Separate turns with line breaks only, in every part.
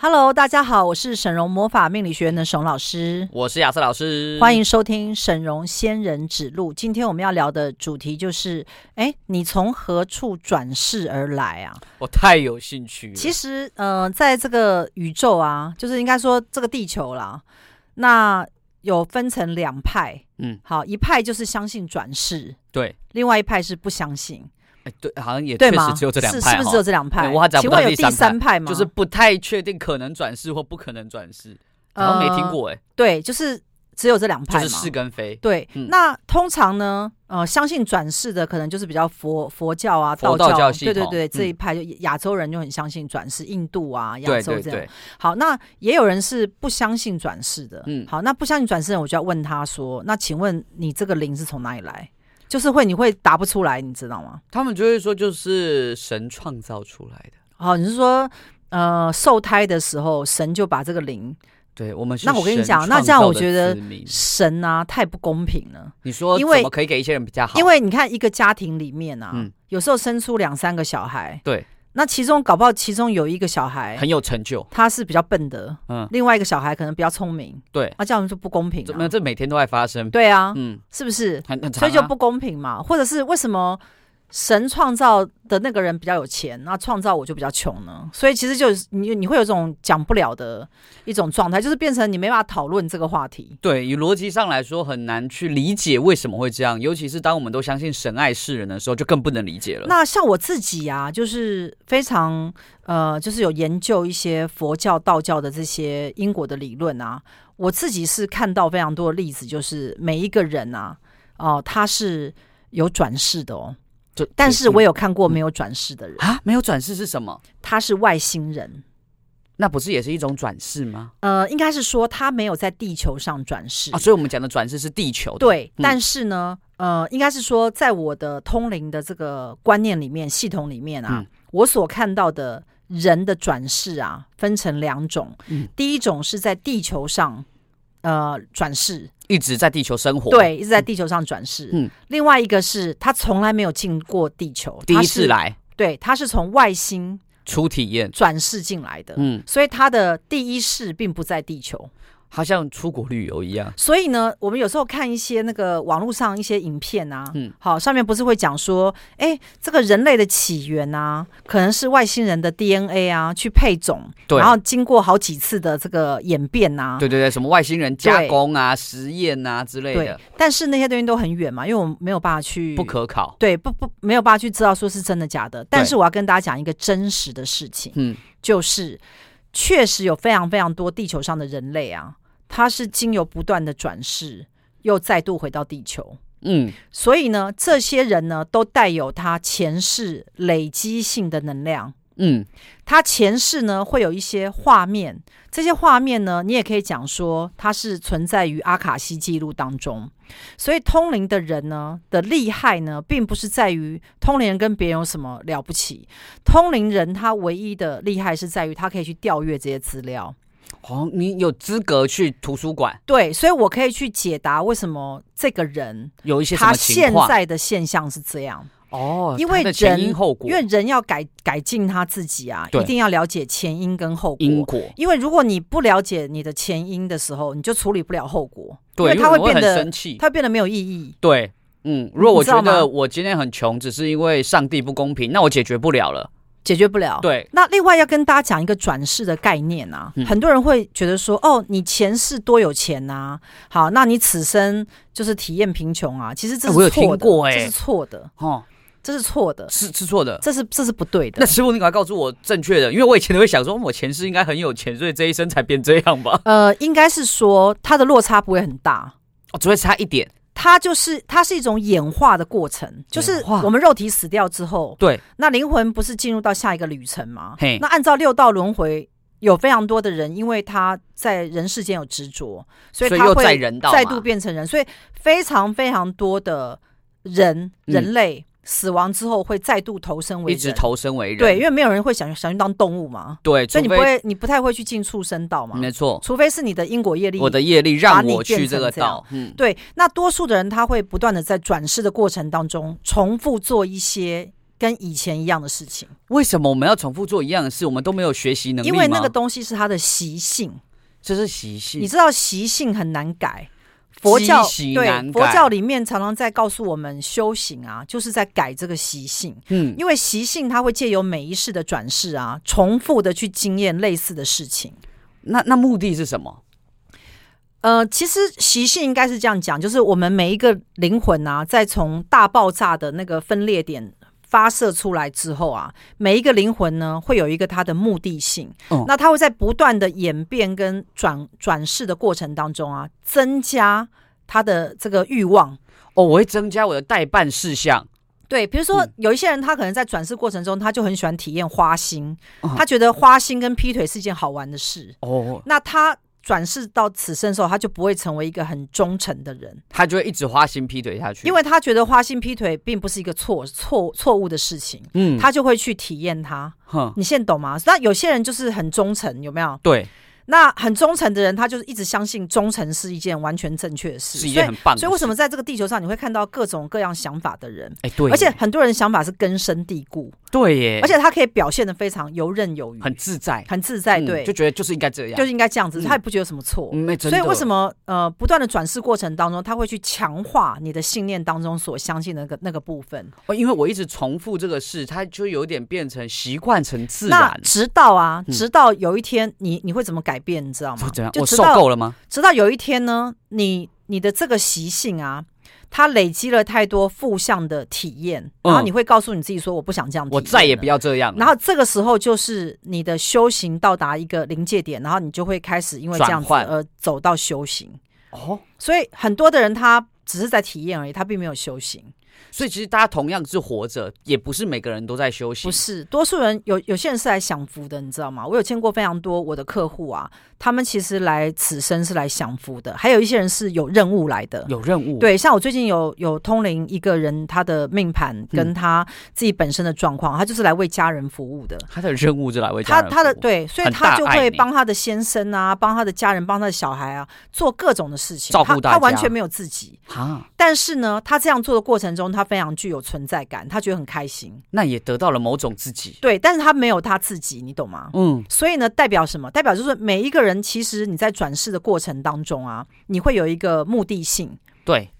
Hello，大家好，我是沈荣魔法命理学院的沈老师，
我是亚瑟老师，
欢迎收听沈荣仙人指路。今天我们要聊的主题就是，哎，你从何处转世而来啊？
我太有兴趣了。
其实，呃，在这个宇宙啊，就是应该说这个地球啦，那有分成两派，
嗯，
好，一派就是相信转世，
对，
另外一派是不相信，
哎，对，好像也
对
确
吗？
实只有这两
是
派
是不是只有
哈，
这两派？
对我还找不
请
到
问有
第
第
三
三派吗？
就是不太确定可能转世或不可能转世，
啊
好像没听过哎，
呃对，就是只有这两派
就
嘛。
是是跟非，
对，
嗯
那通常呢，呃，相信转世的可能就是比较佛佛教啊、
佛
道
道教系
对对
统
对，
嗯
这一派就亚洲人就很相信转世，印度啊、亚
对
洲
对
这样。
对，
好，那也有人是不相信转世的，嗯
嗯，
好，那不相信转世的人，我就要问他说，那请问你这个灵是从哪里来？就是会你会答不出来，你知道吗？
他们就会说就是神创造出来的，
好，你是说呃受胎的时候神就把这个灵
对我们是
那我跟你
神
讲那
创
这样
造
我
的
觉得
子民
神啊太不公平了。
你说
因为
怎么可以给一些人比较好？
因为你看一个家庭里面啊，
嗯
有时候生出两三个小孩，
对，
那其中搞不好其中有一个小孩
很有成就，
他是比较笨的，
嗯
另外一个小孩可能比较聪明，
对，
那、这样就不公平、
这没有
啊。
这每天都在发生，
对啊，
嗯，
是不是？
很很常
所以就
啊
不公平嘛，或者是为什么神创造的那个人比较有钱，那创造我就比较穷呢？所以其实就是你你会有一种讲不了的一种状态，就是变成你没办法讨论这个话题。
对，以逻辑上来说，很难去理解为什么会这样，尤其是当我们都相信神爱世人的时候，就更不能理解了。
那像我自己啊，就是非常呃，就是有研究一些佛教、道教的这些因果的理论啊，我自己是看到非常多的例子，就是每一个人啊，哦、他是有转世的哦，
这
但是我
也
有看过没有转世的人，
嗯啊，没有转世是什么？
他是外星人。
那不是也是一种转世吗？
呃，应该是说他没有在地球上转世，
啊，所以我们讲的转世是地球的，
对，
嗯
但是呢，呃，应该是说在我的通灵的这个观念里面、系统里面啊，
嗯
我所看到的人的转世啊，分成两种，
嗯
第一种是在地球上。呃，转世
一直在地球生活，，
对，一直在地球上转世。
嗯
另外一个是他从来没有进过地球，
第
他
一
是
次，来
对，他是从外星
初体验，
转世进来的，
嗯，
所以他的第一世并不在地球。
好像出国旅游一样，
所以呢，我们有时候看一些那个网络上一些影片啊，
嗯
好，上面不是会讲说，哎、这个人类的起源啊，可能是外星人的 DNA 啊去配种，
对
然后经过好几次的这个演变呐、啊，
对对对，什么外星人加工啊、实验啊之类的，
但是那些东西都很远嘛，因为我们没有办法去
不。可考，
对，不不，没有办法去知道说是真的假的。但是我要跟大家讲一个真实的事情，
嗯，
就是确实有非常非常多地球上的人类啊，他是经由不断的转世，又再度回到地球。
嗯，
所以呢，这些人呢都带有他前世累积性的能量。
嗯，
他前世呢会有一些画面，这些画面呢，你也可以讲说它是存在于阿卡西记录当中。所以通灵的人呢的厉害呢，并不是在于通灵人跟别人有什么了不起，通灵人他唯一的厉害是在于他可以去调阅这些资料。
哦，你有资格去图书馆，
对，所以我可以去解答为什么这个人
有一些什
他
么情
现
况？
在的现象是这样。
哦，
因为
它的前
人
因后果，
因为人要改改进他自己啊，
对
一定要了解前因跟后
因
果。
果，
因为如果你不了解你的前因的时候，你就处理不了后果，
对，
因为它会
有人
变
很
得
生气，
它会变得没有意义。
对。嗯，如果我
你知道
觉
吗
得我今天很穷，只是因为上帝不公平，那我解决不了了。
解决不了。
对，
那另外要跟大家讲一个转世的概念啊，
嗯
很多人会觉得说，哦，你前世多有钱呐、好，那你此生就是体验贫穷啊，其实这
哎
是
我有
错
听
的，
过哎
这是错的，
哦，
这是错的，
是是错的。
这是这是不对的
那。师傅，你赶快告诉我正确的，因为我以前都会想说，嗯我前世应该很有钱，所以这一生才变这样吧？
呃，应该是说它的落差不会很大，
哦，只会差一点。
它就是它是一种演化的过程，就是
演化
我们肉体死掉之后，
对，
那灵魂不是进入到下一个旅程吗
嘿？
那按照六道轮回，有非常多的人，因为他在人世间有执着，所以
所以
他
又在
会
人道嘛
再度变成人，所以非常非常多的人
嗯
人类死亡之后会再度投生为
一直
人，
投身为人。
对，因为没有人会想想去当动物嘛，
对，
所以你
除
不
非
会你不太会去进畜生道嘛，
没错，
除非是你的因果业力
我的业力让
把你
我去
变成
这个
这样
道。嗯，
对，那多数的人他会不断的在转世的过程当中重复做一些跟以前一样的事情，
为什么我们要重复做一样的事？我们都没有学习能力
因
吗？
为那个东西是它的习性，
这是习
你
性，
知道习性很难改。佛教
习习难
对
改
佛教里面常常在告诉我们修行啊，就是在改这个习性，
嗯，
因为习性它会借由每一世的转世啊，重复的去经验类似的事情。
那那目的是什么？
呃，其实习性应该是这样讲，就是我们每一个灵魂啊，在从大爆炸的那个分裂点发射出来之后啊，每一个灵魂呢，会有一个它的目的性。
哦
那它会在不断的演变跟转转世的过程当中啊，增加它的这个欲望。
哦，我会增加我的代办事项，
对，比如说
嗯
有一些人，他可能在转世过程中，他就很喜欢体验花心，
哦
他觉得花心跟劈腿是一件好玩的事。
哦，
那他转世到此生的时候，他就不会成为一个很忠诚的人。
他就会一直花心劈腿下去，
因为他觉得花心劈腿并不是一个错错错误的事情，
嗯，
他就会去体验它。
哼，
你现在懂吗？那有些人就是很忠诚，有没有？
对，
那很忠诚的人，他就是一直相信忠诚是一件完全正确的事。
是一
所
件
以，
很棒的事。
所以为什么在这个地球上你会看到各种各样想法的人？
哎、对耶，
而且很多人想法是根深蒂固，
对耶，
而且他可以表现的非常游刃有余，
很自在，
很自在，
嗯
哎对，
就觉得就是应该这样，
就是应该这样子，
嗯
他也不觉得有什么错。
嗯，哎真
所以为
么
什么呃不断的转世过程当中，他会去强化你的信念当中所相信的那个那个部分？、
哦因为我一直重复这个事，它就有点变成习惯成自
那
然。
直到啊，
嗯
直到有一天你你会怎么改变，你知道吗
就？怎样？
就
我
直
受
到
够了吗？
直到有一天呢，你你的这个习性啊，它累积了太多负向的体验，然后
嗯
你会告诉你自己说，我不想这样，
我再也不。要这样了。
然后这个时候就是你的修行到达一个临界点，然后你就会开始因为这样子
转换
而走到修行。
哦，
所以很多的人他只是在体验而已，他并没有修行。
所以其实大家同样是活着，也不是每个人都在修行
不。是，多数人有有些人是来享福的，你知道吗？我有见过非常多我的客户啊，他们其实来此生是来享福的，还有一些人是有任务来的。
有任务，，
对，像我最近有有通灵一个人，他的命盘
嗯
跟他自己本身的状况，他就是来为家人服务的。
他的任务就来为家
他
人
他的
服务
对，所以
很
他
大
就
爱
会
你
帮他的先生啊，帮他的家人，帮他的小孩啊，做各种的事情。
照顾大
他，他完
家
全没有自己，
哈，
但是呢，他这样做的过程中，他非常具有存在感，他觉得很开心。
那也得到了某种自己。
对，但是他没有他自己，你懂吗？
嗯，
所以呢，代表什么？代表就是每一个人，其实你在转世的过程当中啊，你会有一个目的性。
对，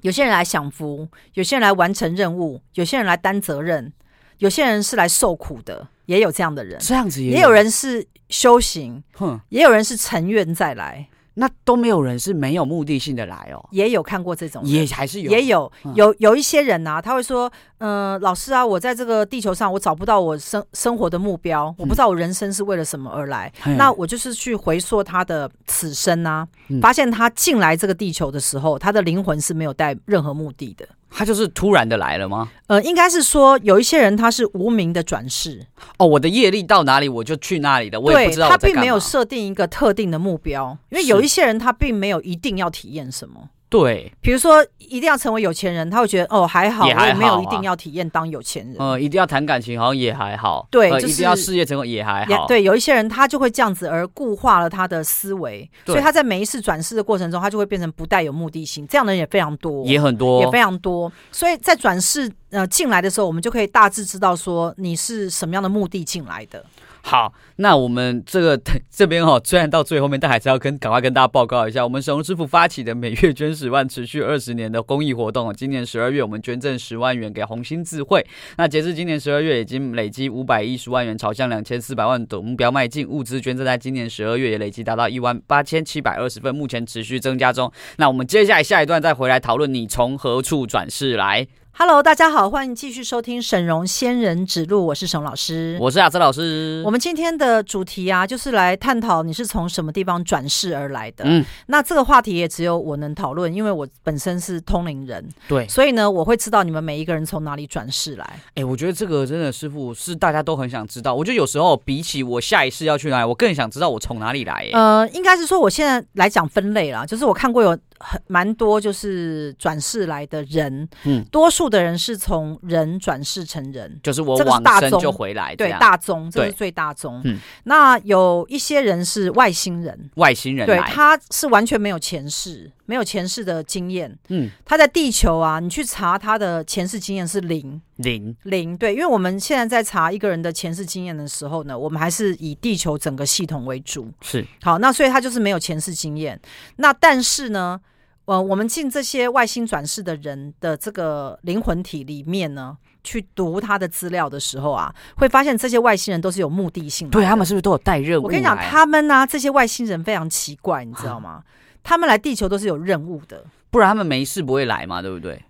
有些人来享福，有些人来完成任务，有些人来担责任，有些人是来受苦的，也有这样的人。
这样子
也
有
有，人是修行，
哼，
也有人是成愿再来，
那都没有人是没有目的性的来哦，
也有看过这种人。
也还是有，
也有
嗯
有有一些人呐、啊，他会说，嗯、老师啊，我在这个地球上，我找不到我生生活的目标，我不
嗯
知道我人生是为了什么而来，
嘿
那我就是去回溯他的此生啊，
嗯
发现他进来这个地球的时候，他的灵魂是没有带任何目的的。
他就是突然的来了吗？
呃，应该是说有一些人他是无名的转世，
哦，我的业力到哪里我就去哪里了，我也
对
不知道
他
我在
并
干
没有
嘛。
设定一个特定的目标，因为有
是
一些人他并没有一定要体验什么。
对，
比如说，一定要成为有钱人，他会觉得哦还好，
也
我
还
也没
好
有
啊
一定要体验当有钱人。
呃，一定要谈感情好像也还好，
嗯对
呃
就
一定要
是
事业成功也还
也
好，，
对，有一些人他就会这样子而固化了他的思维，
对
所以他在每一次转世的过程中，他就会变成不带有目的性。这样的人也非常多，
也很多，
也非常多。所以在转世呃进来的时候，我们就可以大致知道说你是什么样的目的进来的。
好，那我们这个 这边哦，虽然到最后面，但还是要跟赶快跟大家报告一下，我们神龙师傅发起的每月捐十万、持续二十年的公益活动哦，今年十二月我们捐赠十万元给红星智慧。那截至今年十二月，已经累积五百一十万元，朝向两千四百万的目标迈进。物资捐赠在今年十二月也累计达到一万八千七百二十份，目前持续增加中。那我们接下来下一段再回来讨论你从何处转世来。
Hello，大家好，欢迎继续收听沈荣仙人指路，我是沈老师。
我是雅思老师，
我们今天的主题啊，就是来探讨你是从什么地方转世而来的。
嗯，
那这个话题也只有我能讨论，因为我本身是通灵人，
对，
所以呢，我会知道你们每一个人从哪里转世来。
哎、我觉得这个真的师傅是大家都很想知道。我觉得有时候比起我下一世要去哪里，我更想知道我从哪里来、欸。
呃，应该是说我现在来讲分类啦，就是我看过有很蛮多就是转世来的人，
嗯
多数的人是从人转世成人。
就是我
这个是
往
大
生
宗
就回来，
对
这样
大宗，这是
对
最大宗。
嗯
那有一些人是外星人，
外星人
对，
来，
他是完全没有前世，没有前世的经验，
嗯，
他在地球啊，你去查他的前世经验是零
零，
零，对，因为我们现在在查一个人的前世经验的时候呢，我们还是以地球整个系统为主。
是
好，那所以他就是没有前世经验。那但是呢，呃，我们进这些外星转世的人的这个灵魂体里面呢，去读他的资料的时候啊，会发现这些外星人都是有目的性的。
对他们是不是都有带任务来？
我跟你讲，他们呢、这些外星人非常奇怪，你知道吗？他们来地球都是有任务的。
不然他们没事不会来嘛，对不对？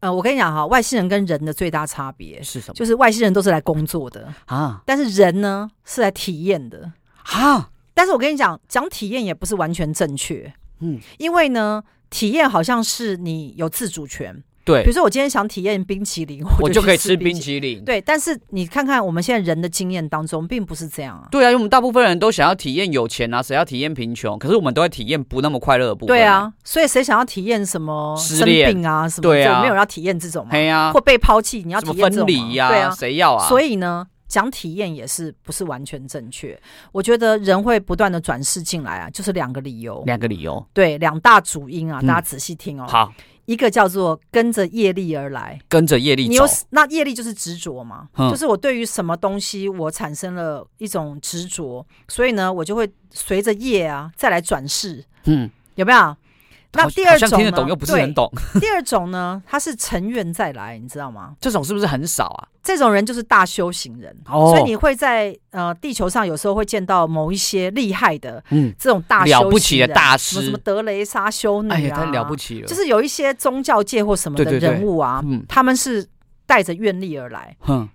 呃，我跟你讲哈，外星人跟人的最大差别
是什么？
就是外星人都是来工作的，
啊
但是人呢是来体验的。
啊，
但是我跟你讲，讲体验也不是完全正确，
嗯，
因为呢，体验好像是你有自主权。比
对
如，说，我今天想体验冰淇淋，
我
就
就可以
去
吃
冰
冰
淇
淇淋。
对，但是你看看我们现在人的经验当中，并不是这样啊。
对啊，因为我们大部分人都想要体验有钱啊，谁要体验贫穷？可是我们都在体验不那么快乐的部分。
对，啊，所以谁想要体验什么
失
生
恋
病啊什么？
对啊
就没有人要体验这种嘛，
嘿呀、
或被抛弃，你要
什
体
么
验这种
分离
嘛
呀、
对啊。
谁要啊？
所
以
以呢，讲体验也是不是完全正确？我觉得人会不断的转世进来啊，就是两个理由，
两个理由。
对，两大主因啊，
嗯
大家仔细听哦。
好，
一个叫做跟着业力而来，
跟着业力
你
走
有。那业力就是执着嘛，
嗯
就是我对于什么东西我产生了一种执着，所以呢，我就会随着业啊再来转世，
嗯，
有没有？那
好
第二
好像
种
听
呢
得懂又不是很懂，
第二种呢，它是成愿再来，你知道吗？
这种是不是很少啊？
这种人就是大修行人，
哦
所以你会在呃地球上有时候会见到某一些厉害的
嗯，
这种大修行人
了不起的大师
什么什么德雷莎修女、啊，
哎呀，太了不起了。
就是有一些宗教界或什么的
对对对
人物啊，
嗯
他们是带着愿力而来，
哼，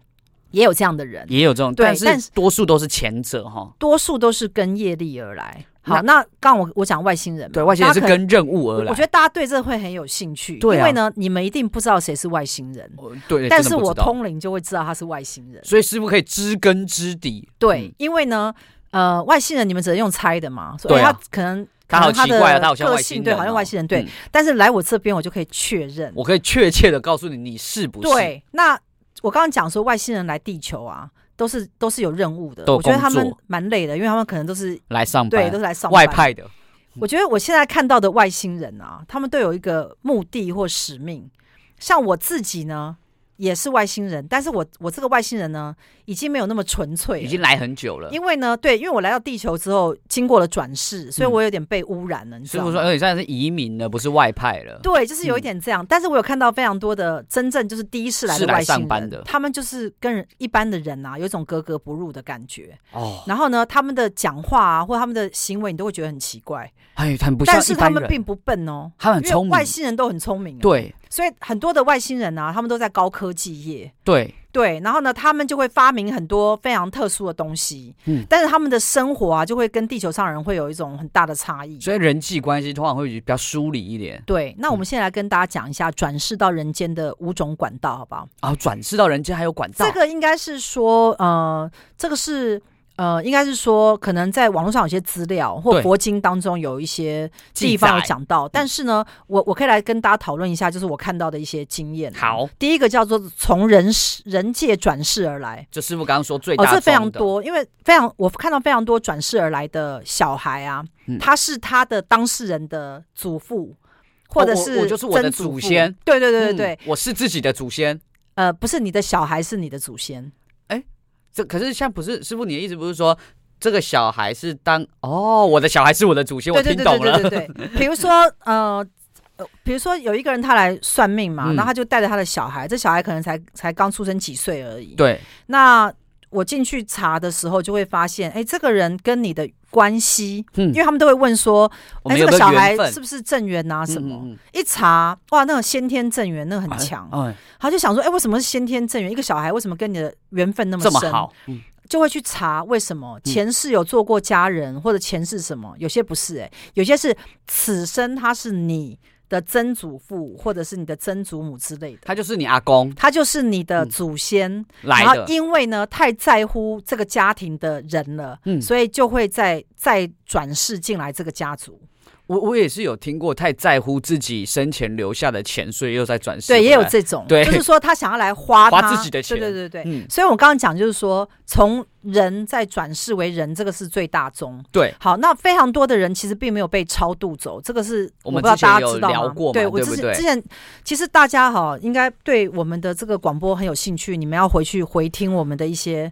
也有这样的人，
也有这种，
对但
但
是
是多数都是前者哈。
多数都是跟业力而来。好，那刚刚我我讲外星人嘛，
对外星人是
大家可能。
跟任务而
我
来。
我觉得大家对这会很有兴趣，
对啊
因为呢，你们一定不知道谁是外星人，
我哦对，
但
真
是
的不
我
知道，嗯
通灵就会知道他是外星人。
所以师傅可以知根知底。
对，
嗯，
因为呢，呃，外星人你们只能用猜的嘛，所以
对啊
他可能
他好
可能
奇怪啊，他好
的
像
个
外
性
星
对，
人哦，
好像外星人对，
嗯
但是来我这边我就可以确认。
我可以确切的告诉你，你是不是？
对，那我刚刚讲说外星人来地球啊，都是都是有任务的，
都有
我觉得
工
他们
作
蛮累的，因为他们可能都是
来上
对
班，
都是来上班
外。派的，
我觉得我现在看到的外星人啊，他们都有一个目的或使命。像我自己呢，也是外星人，但是我我这个外星人呢，已经没有那么纯粹了，
已经来很久了。
因为呢，对，因为我来到地球之后，经过了转世，所以
嗯
我有点被污染了，你知
师
道
傅
吗
说，？而且现在是移民了，不是外派了。
对，就是有一
嗯
点这样，但是我有看到非常多的真正就是第一世来的
是来
外星
上班
人
的
他们就是跟人一般的人啊，有一种格格不入的感觉。
哦，
然后呢，他们的讲话啊，或他们的行为，你都会觉得很奇怪。
哎，很不像
但
一
是他
般
们
人，
并不笨哦，
他们很
因为
聪
外
明。
星人都很聪明、啊，，
对
所以很多的外星人啊，他们都在高科技业。
对，
对，然后呢，他们就会发明很多非常特殊的东西，
嗯
但是他们的生活啊，就会跟地球上人会有一种很大的差异。
所以嗯人际关系通常会比较疏离一点。
对，那我们现在来跟大家讲一下转世到人间的五种管道，好不好？
啊，转世到人间还有管道
这，个应该是说，呃，这个是呃，应该是说，可能在网络上有些资料或
对
佛经当中有一些地
记
方有
载
讲到，但是呢，我我可以来跟大家讨论一下，就是我看到的一些经验。，啊
好，
第一个叫做从人世人界转世而来，
就师傅刚刚说最
哦，
大
这非常
宗的，
多，因为非常我看到非常多转世而来的小孩啊，
嗯哦
他是他的当事人的祖父，或者
我
是
我就是我的
曾祖
祖
父
先。
对对对对对
嗯，，我是自己的祖先。
呃，不是你的小孩是你的祖先，
这可是像不是师傅，你的意思不是说这个小孩是当哦，我的小孩是我的祖先，我
对对
听
对
懂了
对对对对。比如说呃。呃比如说有一个人他来算命嘛，
嗯
然后他就带着他的小孩，这小孩可能才才刚出生几岁而已。，
对，
那我进去查的时候就会发现，哎，这个人跟你的关系，
嗯
因为他们都会问说，
我
哎，
们
这
有
个
个
小孩
缘分
是不是正缘啊什么？
嗯嗯
一查，哇，那个先天正缘那个
嗯
很强，
哎哎
他就想说，哎、为什么是先天正缘？一个小孩为什么跟你的缘分那么
这
深？
么好，嗯
就会去查为什么
嗯
前世有做过家人，或者前世什么？有些不是、哎，有些是此生他是你的曾祖父，或者是你的曾祖母之类的。
他就是你阿公
他就是你的
嗯
祖先，
来
然后
的，
因为呢太在乎这个家庭的人了，
嗯
所以就会再再转世进来这个家族。
我我也是有听过，太在乎自己生前留下的钱，所以又在转世回
对，
来。
也有这种，
对
就是说他想要来花
花
他
自己的钱
对对对对。
嗯，
所以我刚刚讲就是说，从人再转世为人，这个是最大宗。
对，
好，那非常多的人其实并没有被超度走，这个是
我
不
们
知道大家
之前有
知道
聊
吗？
过嘛
对我
对
之
不
前
对
之前其实大家哈，应该对我们的这个广播很有兴趣，你们要回去回听我们的一些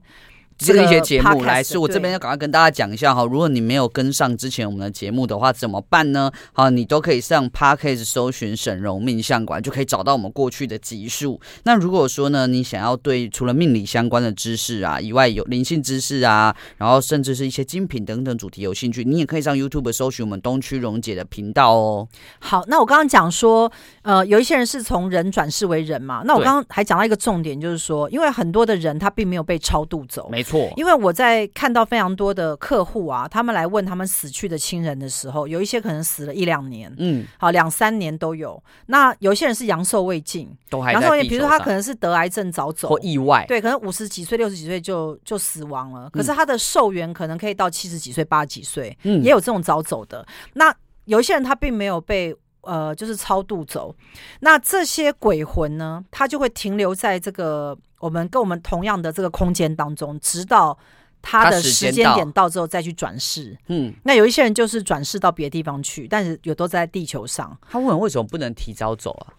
这
这
个
个
一些节目
podcast，
来，是我这
对
边要赶快跟大家讲一下哈。如果你没有跟上之前我们的节目的话，怎么办呢？好，你都可以上 p a c k a g e 搜寻“沈荣命相馆”，就可以找到我们过去的集数。那如果说呢，你想要对除了命理相关的知识啊以外，有灵性知识啊，然后甚至是一些精品等等主题有兴趣，你也可以上 YouTube 搜寻我们东区荣姐的频道哦。
好，那我刚刚讲说，呃，有一些人是从人转世为人嘛。那我
对
刚刚还讲到一个重点，就是说，因为很多的人他并没有被超度走。
没错，
因为我在看到非常多的客户啊，他们来问他们死去的亲人的时候，有一些可能死了一两年，
嗯，
好两三年都有。那有些人是阳寿未尽，
都还
阳
在
寿未尽，
地
比
球
如说他
上
可能是得癌症早走
或，意外，
对，可能五十几岁、六十几岁就就死亡了。可是他的寿元可能可以到七十几岁、八十几岁，
嗯
也有这种早走的。那有一些人他并没有被呃，就是超度走，那这些鬼魂呢，他就会停留在这个我们跟我们同样的这个空间当中，直到他
他
的
时
时
间
间
到
点到之后再去转世。
嗯，
那有一些人就是转世到别的地方去，但是有都在地球上。
他问为什么不能提早走啊？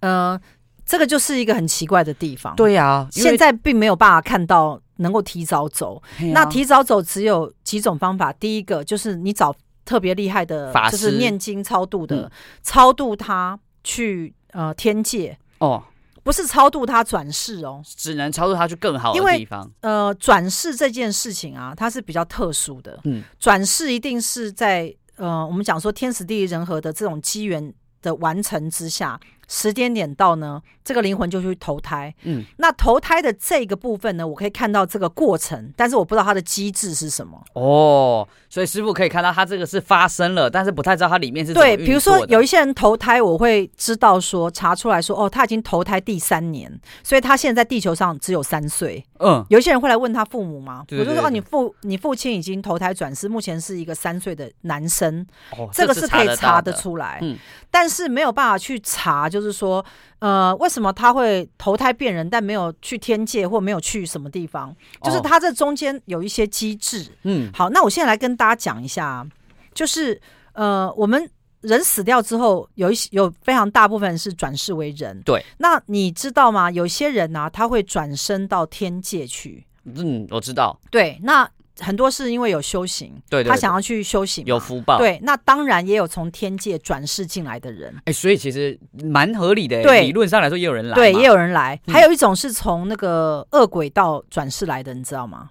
呃，这个就是一个很奇怪的地方。，
对啊，因为
现在并没有办法看到能够提早走，
嘿啊
那提早走只有几种方法，第一个就是你找特别厉害的
法师
就是念经超度的，
嗯
超度他去呃天界，
哦，
不是超度他转世哦。
只能超出他去更好
因
的
为
地方。
呃，转世这件事情啊，它是比较特殊的。
嗯，
转世一定是在呃，我们讲说天时地利人和的这种机缘的完成之下，时间点到呢，这个灵魂就去投胎。
嗯，
那投胎的这个部分呢，我可以看到这个过程，但是我不知道它的机制是什么。
哦，所以师傅可以看到他这个是发生了，但是不太知道它里面是怎么
对，
运
比如
作
说
的
有一些人投胎，我会知道说查出来说，哦，他已经投胎第三年，所以他现在在地球上只有三岁。
嗯
有一些人会来问他父母吗？
对
我
对
就说，哦，
对对
你父你父亲已经投胎转世，目前是一个三岁的男生，
哦，
这个
是
是可以查得
得到的。
出来。
嗯
但是没有办法去查，就是说，呃，为什么他会投胎变人，但没有去天界或没有去什么地方？就是
哦
他这中间有一些机制。
嗯，
好，那我现在来跟大家讲一下，啊就是呃，我们人死掉之后，有一些有非常大部分是转世为人。
对，
那你知道吗？有些人啊，他会转生到天界去。
嗯，我知道，
对，那很多是因为有修行，
对对
他
对
想要去修行嘛，
有福报。，
对，那当然也有从天界转世进来的人。
哎，所以其实蛮合理的。欸
对
理论上来说也有人来嘛。
对，也有人来，
嗯
还有一种是从那个恶鬼道转世来的，你知道吗？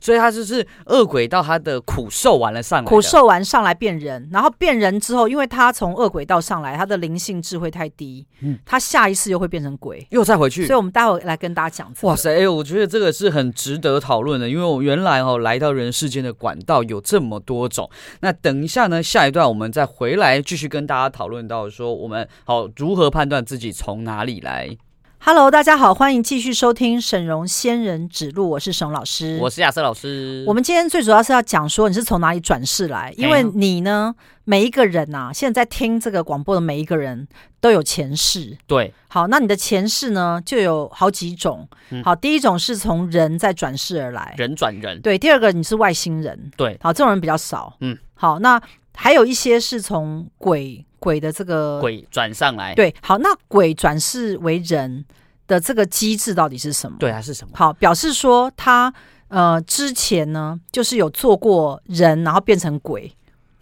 所以他就是恶鬼到他的苦受完了上来的，
苦受完上来变人，然后变人之后，因为他从恶鬼道上来，他的灵性智慧太低，
嗯
他下一世又会变成鬼。
又再回
所
去
以，。我们待会来跟大家讲、这个。
哇！塞，哎、我觉得这个是很值得讨论的，因为我原来哦来到人世间的管道有这么多种。那等一下呢，下一段我们再回来继续跟大家讨论到说，我们好如何判断自己从哪里来。
Hello，大家好，欢迎继续收听沈荣仙人指路，我是沈老师。
我是亚瑟老师，
我们今天最主要是要讲说你是从哪里转世来，因
哎
为
呀
你呢，每一个人呐、现在在听这个广播的每一个人都有前世。
对
好，那你的前世呢，就有好几种
嗯。
好，第一种是从人再转世而来，
人转人，
对，第二个你是外星人，
对
好，这种人比较少，
嗯，
好，那还有一些是从鬼鬼的这个，
鬼哎转上来，
对，好，那鬼转世为人的这个机制到底是什么？
对，啊，是什么？
好，表示说他呃之前呢，就是有做过人，然后变成鬼，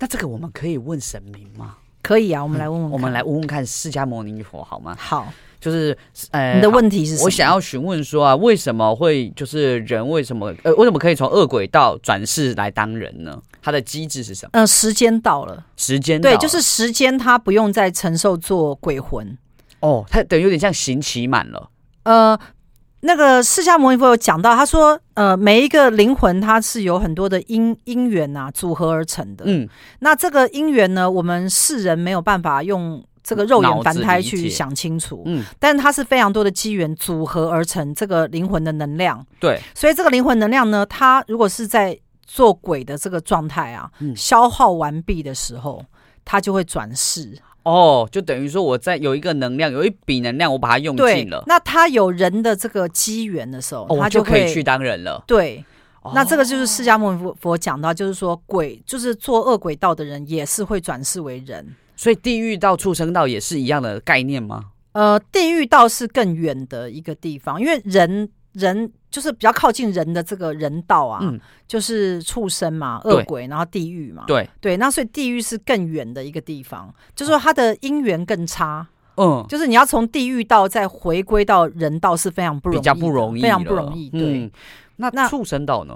那这个我们可以问神明吗？
可以啊，我们来问问、
嗯我们来，问问看释迦牟尼佛好吗？
好，
就是呃，
你的
好
问题是什么？
我想要询问说啊，为什么会就是人为什么呃为什么可以从恶鬼道转世来当人呢？它的机制是什么？
呃，时间到了，
时间到
对，
了
就是时间他不用再承受做鬼魂，
哦，它等于有点像刑期满了，
呃，那个释迦牟尼佛有讲到，他说，呃，每一个灵魂它是有很多的因因缘呐、组合而成的。
嗯，
那这个因缘呢，我们世人没有办法用这个肉眼凡胎
脑子理
去
解
想清楚，
嗯，
但它是非常多的机缘组合而成这个灵魂的能量。
对，
所以这个灵魂能量呢，它如果是在做鬼的这个状态啊，
嗯
消耗完毕的时候，它就会转世。
哦，就等于说我在有一个能量，有一笔能量，我把它用
对
尽了，，
那它有人的这个机缘的时候，
哦，我
它
就可
会
以去当人了。
对。那这
哦
个就是释迦牟尼佛佛讲到，就是说鬼就是做恶鬼道的人也是会转世为人。
所以地狱到畜生道也是一样的概念吗？
呃，地狱道是更远的一个地方，因为人人就是比较靠近人的这个人道啊，
嗯
就是畜生嘛、
对
恶鬼，然后地狱嘛。
对，
那所以地狱是更远的一个地方，就是说它的因缘更差，
嗯，
就是你要从地狱道再回归到人道是非常不容易
比
的，
较不容易了，
非常不容易。对，
嗯那
那
畜生道呢？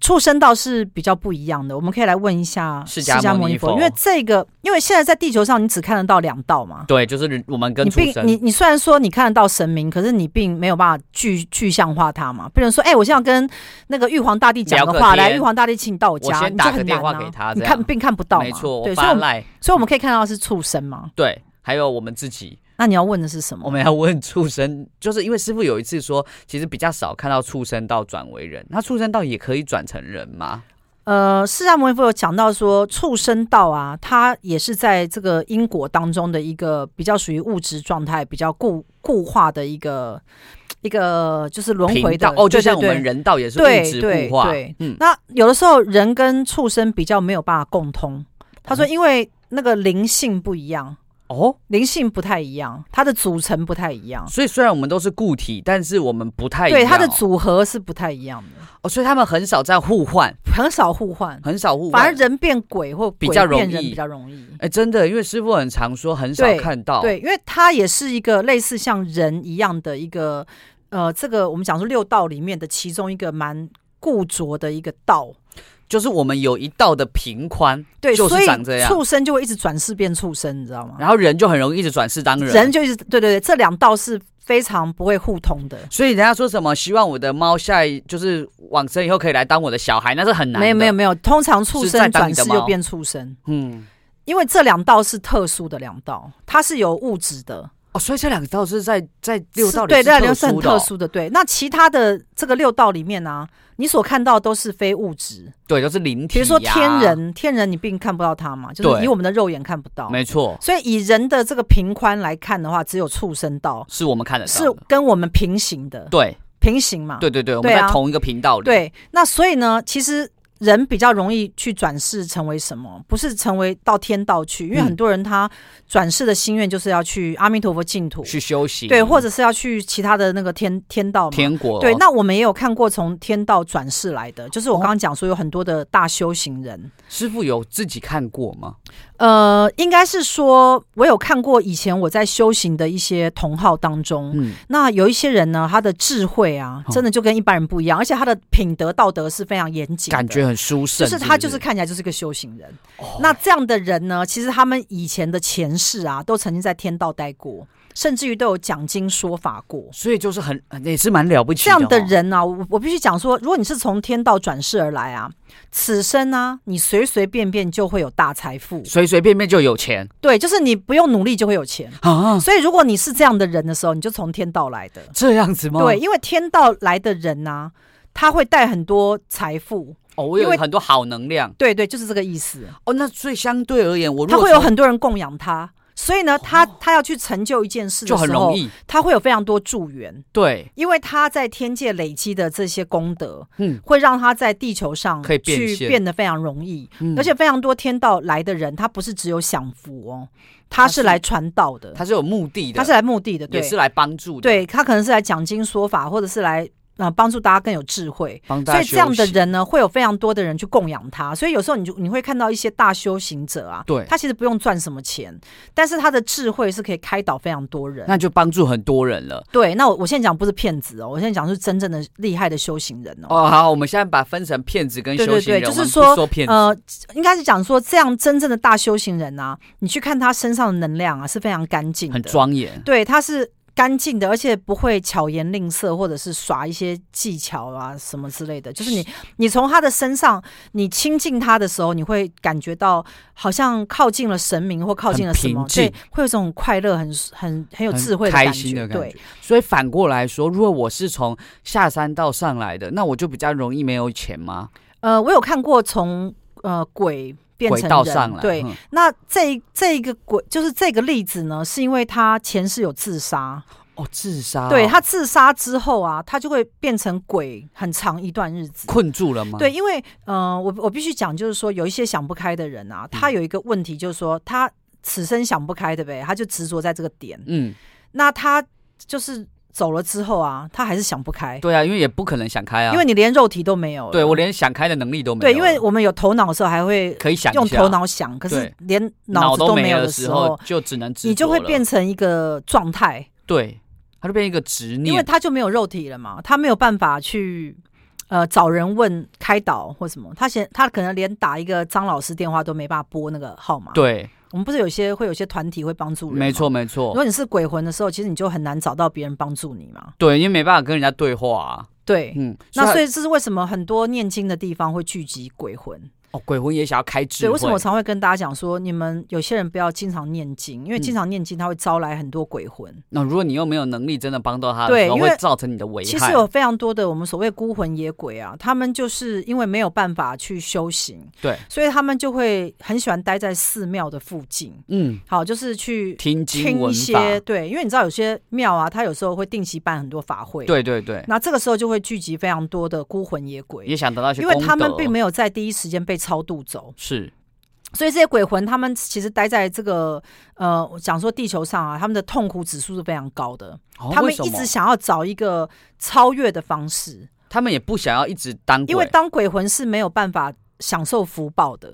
畜生道是比较不一样的，我们可以来问一下
释迦牟尼佛
因为这个，因为现在在地球上你只看得到两道嘛，
嗯对，就是人我们跟
你
畜
并
生，
你你虽然说你看得到神明，可是你并没有办法具具象化它嘛，不能说哎、我现在跟那个玉皇大帝讲
聊
个
个
话，来，
天
玉皇大帝请你到我家，
我先
你
打
就
个
很难
电话
啊
给他
你
这
看
样
并看不到嘛，
没错，我
对，所以
发
我们
赖，
所以我们可以看到的是畜生嘛，
对，还有我们自己，
那你要问的是什
我
么？
们要问畜生，就是因为师傅有一次说，其实比较少看到畜生道转为人，那畜生道也可以转成人吗？
呃，释迦牟尼佛有讲到说，畜生道啊，它也是在这个因果当中的一个比较属于物质状态比较固固化的一个一个就是轮回
频
的
道哦，就
对
像
对
我
对
们人道也是物
对
质
对
固化，
对
嗯，
那有的时候人跟畜生比较没有办法共通。他
嗯
说，因为那个灵性不一样，
哦，
灵性不太一样，它的组成不太一样，
所以虽然我们都是固体，但是我们不太一样
对它的
哦
组合是不太一样的，
哦，所以他们很少在互换，
很少互换，
很少互换，
反而人变鬼或
比
鬼
较容
变人
易
比较容易。
哎，真的，因为师傅很常说很少
对
看到，
对，因为它也是一个类似像人一样的一个，呃，这个我们讲说六道里面的其中一个蛮固着的一个道，
就是我们有一道的平宽，
对，
就是
所以
长这样
畜生就会一直转世变畜生，你知道吗？
然后人就很容易一直转世当人。
人就一直对对对，这两道是非常不会互通的。
所以人家说什么希望我的猫下一就是往生以后可以来当我的小孩，那是很难的。
没有没有，没有，通常畜
是在
生
当你
转世
的猫
又变畜生，
嗯，
因为这两道是特殊的两道，它是有物质的，
哦，所以这两个道是在在六
是
道里
对，
是
这两是
殊
很
的哦
特，殊的。对，那其他的这个六道里面呢、你所看到都是非物质，
对，就是灵体、
比如说天，人，天人你并看不到它嘛，就是
对
以我们的肉眼看不到。
哦没错，
所以以人的这个平宽来看的话，只有畜生道
是我们看得
是
到的。
跟我们平行的，
对
平行嘛。
对对对，我们
对
在
啊
同一个频道里。，
对，那所以呢，其实人比较容易去转世成为什么？不是成为到天道去，因为
嗯
很多人他转世的心愿就是要去阿弥陀佛净土，
去修行，
对，或
者
者是要去其他的那个天天道嘛。
天国，哦
对，那我们也有看过从天道转世来的，就是我刚刚讲说有很多的大修行人，
师傅有自己看过吗？
呃，应该是说我有看过以前我在修行的一些同好当中，
嗯，哦
那有一些人呢，他的智慧啊，真的就跟一般人不一样，而且他的品德道德是非常严谨的，
感觉很殊
就
胜，
是
不
他就是看起来就是个修行人。
哦
那这样的人呢，其实他们以前的前世啊，都曾经在天道待过，甚至于都有讲经说法过。
所以就是很也是蛮了不起
这样
的
的
哦
人啊，我我必须讲说，如果你是从天道转世而来啊，此生呢、你随随便便就会有大财富，
随随便便就有钱
对，就是你不用努力就会有钱。
啊，
所以，如果你是这样的人的时候，你就从天道来的。
这样子吗？
对，，因为天道来的人呢、他会带很多财富。
哦，我有
因为
很多好能量
对对，就是这个意思。
哦。那所以相对而言，我如
他
果
会有
从
很多人供养他，所以呢，他他要去成就一件事
就
的
很
时
容
候，
易
他会有非常多助缘，
对，
因为他在天界累积的这些功德，
嗯
会让他在地球上
可以变
去
现
变得非常容易。
嗯
而且非常多天道来的人，他不是只有享福哦，他
是
是来传道的，
他是有目的的，
他是来目的的，对
也是来帮助的，，
对，他可能是来讲经说法，或者是来呃帮助大家更有智慧。
帮嗯大
所
家
以这样的
休息
人呢，会有非常多的人去供养他。所以有时候你就你会看到一些大修行者啊，
对，
他其实不用赚什么钱，但是他的智慧是可以开导非常多人。
那就帮助很多人了。
对，那我我现在讲不是骗子哦，我现在讲是真正的厉害的修行人哦。
哦，好，我们现在把分成骗子跟
对
修
对
行
对
人，
就
我
是
们不
说
说骗子，
呃，应该是讲说这样真正的大修行人啊，你去看他身上的能量啊是非常干净的，
很庄严，
对，他是干净的，而且不会巧言令色，或者是耍一些技巧啊什么之类的。就是你，你从他的身上，你亲近他的时候，你会感觉到好像靠近了神明或靠近了什么
很，平静
对，会有这种快乐、很很很有
很
智慧的
开
感
心
觉。
的感
对
觉。所以反过来说，如果我是从下山道上来的，那我就比较容易没有钱吗？
呃，我有看过从呃鬼变
轨
成
道
人
上了，
对。
嗯
那这这一个鬼就是这个例子呢，是因为他前世有自杀，
哦，自杀哦，
对他自杀之后啊，他就会变成鬼，很长一段日子。
困住了吗？
对，，因为呃，我我必须讲，就是说有一些想不开的人啊，
嗯
他有一个问题，就是说他此生想不开，对不对？他就执着在这个点，
嗯，
那他就是走了之后啊，他还是想不开，
对啊，因为也不可能想开啊，
因为你连肉体都没有了。
对我连想开的能力都没
对，
有了，
因为我们有头脑的时候还会
可以想一
用
下
头脑想，可是
对
连
脑
子都
没
有
的
时
时候，就只能执
你就
着
会
了
变成一个状态，
对，它就变一个执
因为
念，
他就没有肉体了嘛，他没有办法去呃找人问开导或什么，他嫌他可能连打一个张老师电话都没办法拨那个号码。，
对，
我们不是有些会有些团体会帮助人，
没。错没
如
错，
果你是鬼魂的时候，其实你就很难找到别人帮助你嘛。
对，因为没办法跟人家对话啊，
对，
嗯，
那所
以
以这是为什么很多念经的地方会聚集鬼魂。
它哦，鬼魂也想要开智
对，
慧，
为什么我常会跟大家讲说，你们有些人不要经常念经，因
嗯
为经常念经它会招来很多鬼魂。
那如果你又没有能力真的帮到他的
对
时候，
因为
会造成你的危害。
其实有非常多的我们所谓孤魂野鬼啊，他们就是因为没有办法去修行，
对，
所以他们就会很喜欢待在寺庙的附近，
嗯，
好，就是去
听经
听
文
一
法，
些对，因为你知道有些庙啊，它有时候会定期办很多法会，，
对对对，
那这个时候就会聚集非常多的孤魂野鬼。
也想得到一些
因
功德，
为他们并没有在第一时间被超度走，
是
所以这些鬼魂他们其实待在这个呃，我讲说地球上啊，他们的痛苦指数是非常高的。
哦
他们
为什
一
么
直想要找一个超越的方式，
他们也不想要一直当鬼，
因为当鬼魂是没有办法享受福报的，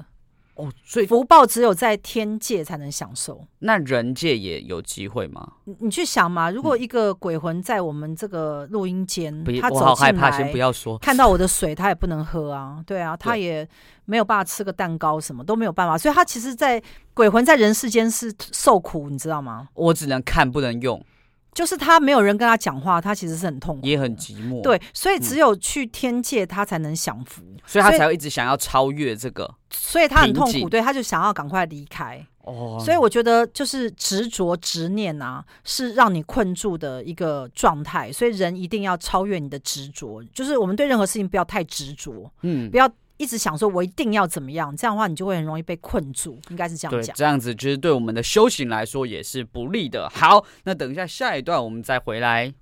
哦，所以
福报只有在天界才能享受。
那人界也有机会吗？
你你去想嘛，如果一个鬼魂在我们这个录音间，
不，
他
我好
走
害
进
怕，先不
来。
要说。
看到我的水，他也不能喝啊，对啊，他也没有办法吃个蛋糕，什么都没有办法，所以他其实在，鬼魂在人世间是受苦，你知道吗？
我只能看不能用，
就是他没有人跟他讲话，他其实是很痛苦，
也很寂寞。，嗯
对，所以只有去天界他才能享福，
所以他
所以
才会一直想要超越这个。
所以他很痛
平
苦，
静
对，他就想要赶快离开。
哦
所以我觉得就是执着、执念啊，是让你困住的一个状态。所以人一定要超越你的执着，就是我们对任何事情不要太执着，
嗯
不，要一直想说我一定要怎么样，这样的话你就会很容易被困住，应该是这样
对，
讲。
这样子就是对我们的修行来说也是不利的。好，那等一下下一段我们再回来。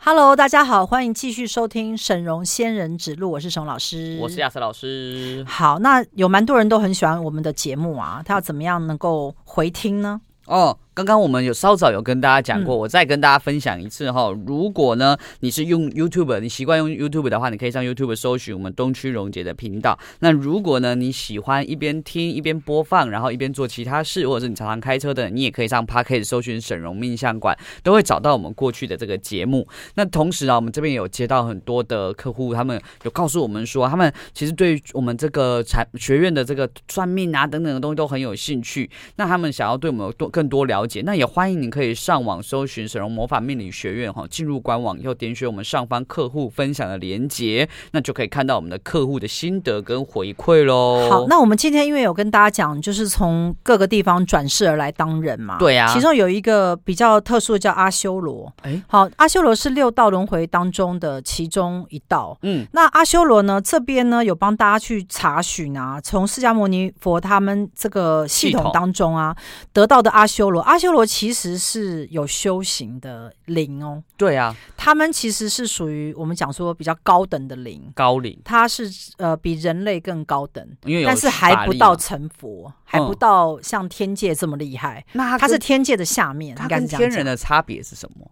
Hello，大家好，欢迎继续收听《沈荣仙人指路》，我是沈老师，
我是亚瑟老师。
好，那有蛮多人都很喜欢我们的节目啊，他要怎么样能够回听呢？
哦，刚刚我们有稍早有跟大家讲
嗯
过，我再跟大家分享一次哈、如果呢你是用 YouTube，你习惯用 YouTube 的话，你可以上 YouTube 搜寻我们东区荣杰的频道。那如果呢你喜欢一边听一边播放，然后一边做其他事，或者是你常常开车的，你也可以上 p a r k a s 搜寻沈荣命相馆，都会找到我们过去的这个节目。那同时啊，我们这边有接到很多的客户，他们有告诉我们说，他们其实对于我们这个产学院的这个算命啊等等的东西都很有兴趣。那他们想要对我们有多更多了解，那也欢迎你可以上网搜寻沈荣魔法命理学院哈，进入官网以后点选我们上方客户分享的连接，那就可以看到我们的客户的心得跟回馈喽。
好，那我们今天因为有跟大家讲，就是从各个地方转世而来当人嘛，、
对啊，
其中有一个比较特殊的叫阿修罗，
哎
好，阿修罗是六道轮回当中的其中一道。
嗯
那阿修罗呢？这边呢有帮大家去查询啊，从释迦牟尼佛他们这个系
系
统
统
当中啊得到的阿修罗，阿修罗其实是有修行的灵哦。
对啊，
他们其实是属于我们讲说比较高等的灵，
高龄，
它是呃比人类更高等，
因为有
但是
法
还不
力
到
嘛嗯
成佛，还不到像天界这么厉害。
那
它
它
是
跟
天界的下面，应
它
该
跟
是这
天
样讲
人。的差别是什么？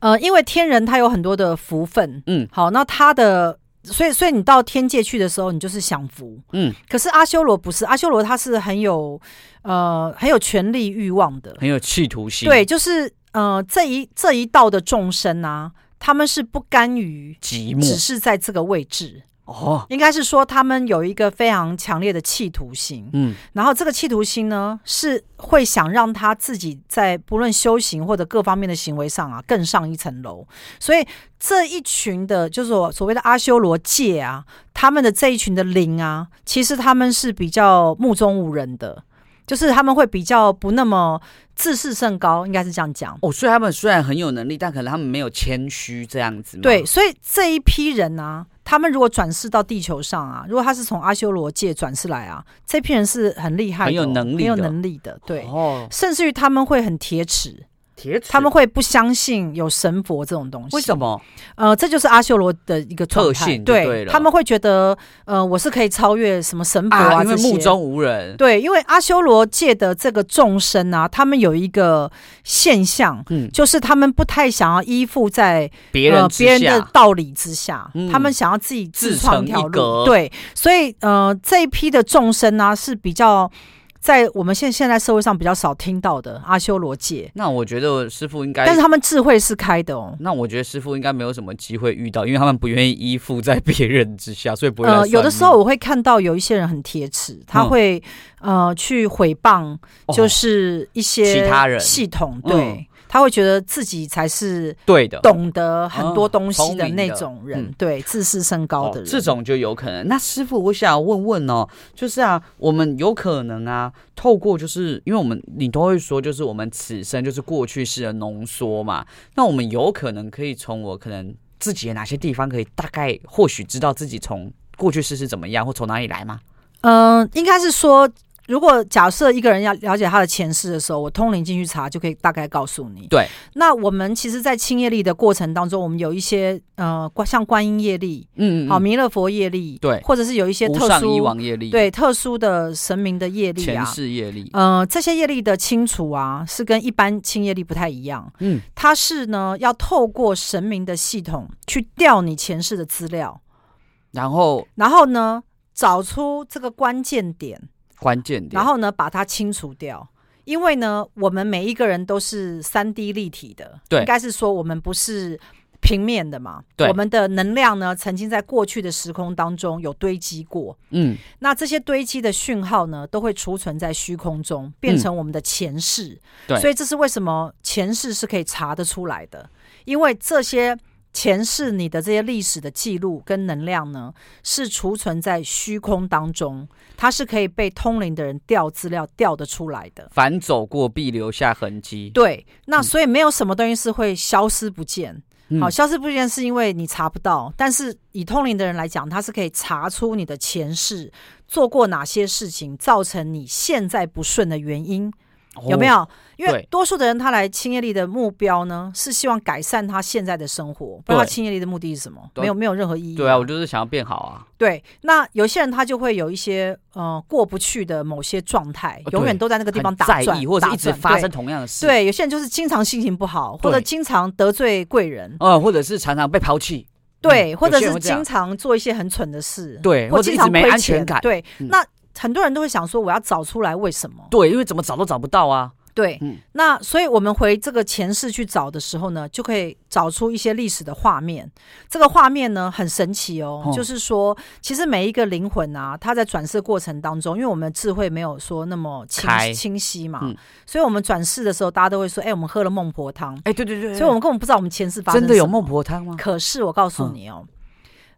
呃，因为天人他有很多的福分，
嗯
好，那他的。所以，所以你到天界去的时候，你就是享福。
嗯，
可是阿修罗不是，阿修罗他是很有，呃，很有权力欲望的。
很有企图心，
对，，就是呃，这一这一道的众生啊，他们是不甘于只
寂寞
是在这个位置，
哦，
应该是说他们有一个非常强烈的企图心，
嗯，
然后这个企图心呢，是会想让他自己在不论修行或者各方面的行为上啊，更上一层楼。所以这一群的，就是我所谓的阿修罗界啊，他们的这一群的灵啊，其实他们是比较目中无人的，就是他们会比较不那么自视甚高，应该是这样讲。
哦，嗯所以他们虽然很有能力，但可能他们没有谦虚这样子嘛，
对，所以这一批人啊，他们如果转世到地球上啊，如果他是从阿修罗界转世来啊，这批人是很厉害的哦、
很有能力
很有
的
能力的，对。
哦，
甚至于他们会很铁齿，
铁齿
他们会不相信有神佛这种东西。
为什？么？
呃，这就是阿修罗的一个状态
特性就对
对
了
他们会觉得，呃，我是可以超越什么神佛
啊，因为
这些
目中无人。
对，因为阿修罗界的这个众生啊，他们有一个现象，
嗯，
就是他们不太想要依附在
别人
呃
之
别人的
下
道理之下，
嗯
他们想要自己
自
创
成
一条
一格
路。对，所以呃，这一批的众生呢、是比较在我们现现在社会上比较少听到的阿修罗界，
那我觉得师傅应该
但是他们智慧是开的哦。
那我觉得师傅应该没有什么机会遇到，因为他们不愿意依附在别人之下，所以不会来
呃，
算
有的
命
时候我会看到有一些人很铁齿，他
嗯
会、呃去毁谤，
哦
就是一些
其他人
系统，
嗯
对、他会觉得自己才是
对的，
懂得很多东
哦
西
聪
的
明
那
的
种人，
嗯
对自视甚高的
哦
人，
这种就有可能。那师傅，我想问问哦，就是啊，我们有可能啊，透过就是因为我们你都会说，就是我们此生就是过去式的浓缩嘛，那我们有可能可以从我可能自己的哪些地方可以大概或许知道自己从过去式是怎么样，或从哪里来吗？
嗯、应该是说，如果假设一个人要了解他的前世的时候，我通灵进去查就可以大概告诉你。
对，
那我们其实，在清业力的过程当中，我们有一些呃，观像观音业力、
嗯
好、弥勒佛业力，
对
或者是有一些
无
特
上
殊
医王业力，，
对特殊的神明的业力
前
啊。
世业力，
呃，这些业力的清除啊，是跟一般清业力不太一样。
嗯，
它是呢，要透过神明的系统去调你前世的资料，
然后
然后呢，找出这个关键点，
关键点，
然后呢，把它清除掉。因为呢，我们每一个人都是三 D 立体的，
对
应该是说我们不是平面的嘛。
对
我们的能量呢，曾经在过去的时空当中有堆积过。
嗯，
那这些堆积的讯号呢，都会储存在虚空中，变成我们的前世。
嗯对
所以这是为什么前世是可以查得出来的，因为这些前世你的这些历史的记录跟能量呢，是储存在虚空当中，它是可以被通灵的人调资料调得出来的。
凡走过必留下痕迹。
对，那
嗯
所以没有什么东西是会消失不见。
嗯
好，消失不见是因为你查不到，但是以通灵的人来讲，他是可以查出你的前世做过哪些事情，造成你现在不顺的原因有没？
哦
有？因为
对
多数的人他来清业力的目标呢，是希望改善他现在的生活，不
对
然他清业力的目的是什么？
对啊
没有没有任何意义。
对啊，我就是想要变好啊。
对。那有些人他就会有一些呃过不去的某些状态
哦，对
永远都在那个地方
很
打
在
转，
意，或者
打
是一直
转
发
对
生同样的事，，
对，有些人就是经常心情不好，或者
对
经常得罪贵人，
呃，或者是常常被抛弃，
对，或
嗯有
者
些人
是
会这样
经常做一些很蠢的事，，
对，或者
嗯经
一直
常
没
亏
安全
钱
感，
对。
嗯
那很多人都会想说，我要找出来为什么？
对，因为怎么找都找不到啊，
对，
嗯
那所以我们回这个前世去找的时候呢，就可以找出一些历史的画面。这个画面呢很神奇哦，
哦
就是说，其实每一个灵魂啊，它在转世过程当中，因为我们智慧没有说那么清
开
清晰嘛，
嗯
所以我们转世的时候，大家都会说，哎、我们喝了孟婆汤，
哎，对对对，
所以我们根本不知道我们前世发生
真的有
什么
孟婆汤吗？
可是我告诉你哦，